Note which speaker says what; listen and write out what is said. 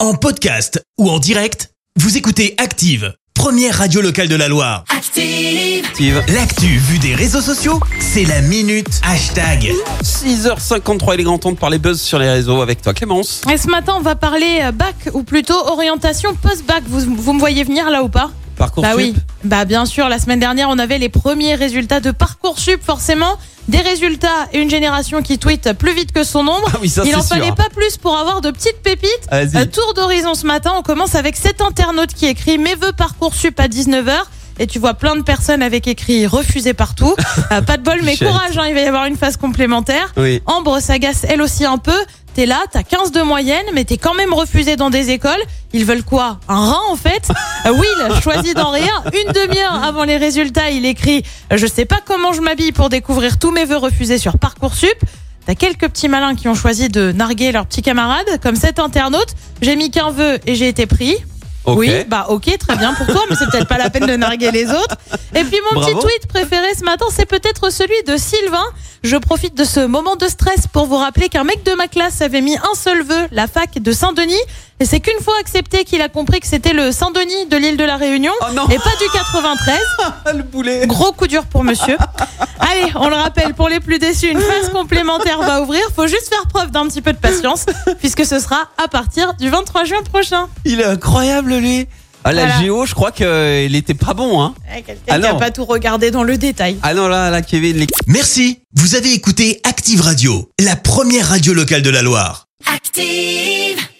Speaker 1: En podcast ou en direct, vous écoutez Active, première radio locale de la Loire.
Speaker 2: Active.
Speaker 1: L'actu vue des réseaux sociaux, c'est la minute hashtag.
Speaker 3: 6h53, il est grand temps de parler buzz sur les réseaux avec toi Clémence.
Speaker 4: Et ce matin, on va parler euh, bac ou plutôt orientation post-bac. Vous, vous me voyez venir là ou pas
Speaker 3: Parcoursup.
Speaker 4: Bah oui. Bah bien sûr, la semaine dernière, on avait les premiers résultats de Parcoursup forcément. Des résultats et une génération qui tweet plus vite que son nombre.
Speaker 3: Ah oui, ça
Speaker 4: Il
Speaker 3: c'est
Speaker 4: en
Speaker 3: sûr.
Speaker 4: fallait pas plus pour avoir de petites pépites.
Speaker 3: Vas-y.
Speaker 4: Euh, tour d'horizon ce matin, on commence avec cet internaute qui écrit Mes vœux Parcoursup à 19h. Et tu vois plein de personnes avec écrit refusé partout. Euh, pas de bol, mais
Speaker 3: Chouette.
Speaker 4: courage, hein, il va y avoir une phase complémentaire.
Speaker 3: Oui.
Speaker 4: Ambre s'agace elle aussi un peu. T'es là, t'as 15 de moyenne, mais t'es quand même refusé dans des écoles. Ils veulent quoi Un rein en fait Euh, Will choisit d'en rire. Une demi-heure avant les résultats, il écrit Je sais pas comment je m'habille pour découvrir tous mes vœux refusés sur Parcoursup. T'as quelques petits malins qui ont choisi de narguer leurs petits camarades, comme cet internaute. J'ai mis qu'un vœu et j'ai été pris.
Speaker 3: Ok.
Speaker 4: Oui, bah ok, très bien pour toi, mais c'est peut-être pas la peine de narguer les autres. Et puis mon
Speaker 3: Bravo.
Speaker 4: petit tweet préféré ce matin, c'est peut-être celui de Sylvain. Je profite de ce moment de stress pour vous rappeler qu'un mec de ma classe avait mis un seul vœu, la fac de Saint-Denis, et c'est qu'une fois accepté qu'il a compris que c'était le Saint-Denis de l'île de la Réunion
Speaker 3: Oh non,
Speaker 4: et pas du 93.
Speaker 3: le boulet.
Speaker 4: Gros coup dur pour monsieur. Allez, on le rappelle, pour les plus déçus, une phase complémentaire va ouvrir. Faut juste faire preuve d'un petit peu de patience, puisque ce sera à partir du 23 juin prochain.
Speaker 3: Il est incroyable lui. Ah la
Speaker 4: Voilà.
Speaker 3: Géo, je crois qu'il était pas bon hein.
Speaker 4: Eh, Quelqu'un
Speaker 3: Ah
Speaker 4: qui n'a
Speaker 3: non.
Speaker 4: pas tout regardé dans le détail.
Speaker 3: Ah non là là Kevin, les
Speaker 1: Merci, vous avez écouté Active Radio, la première radio locale de la Loire.
Speaker 2: Active.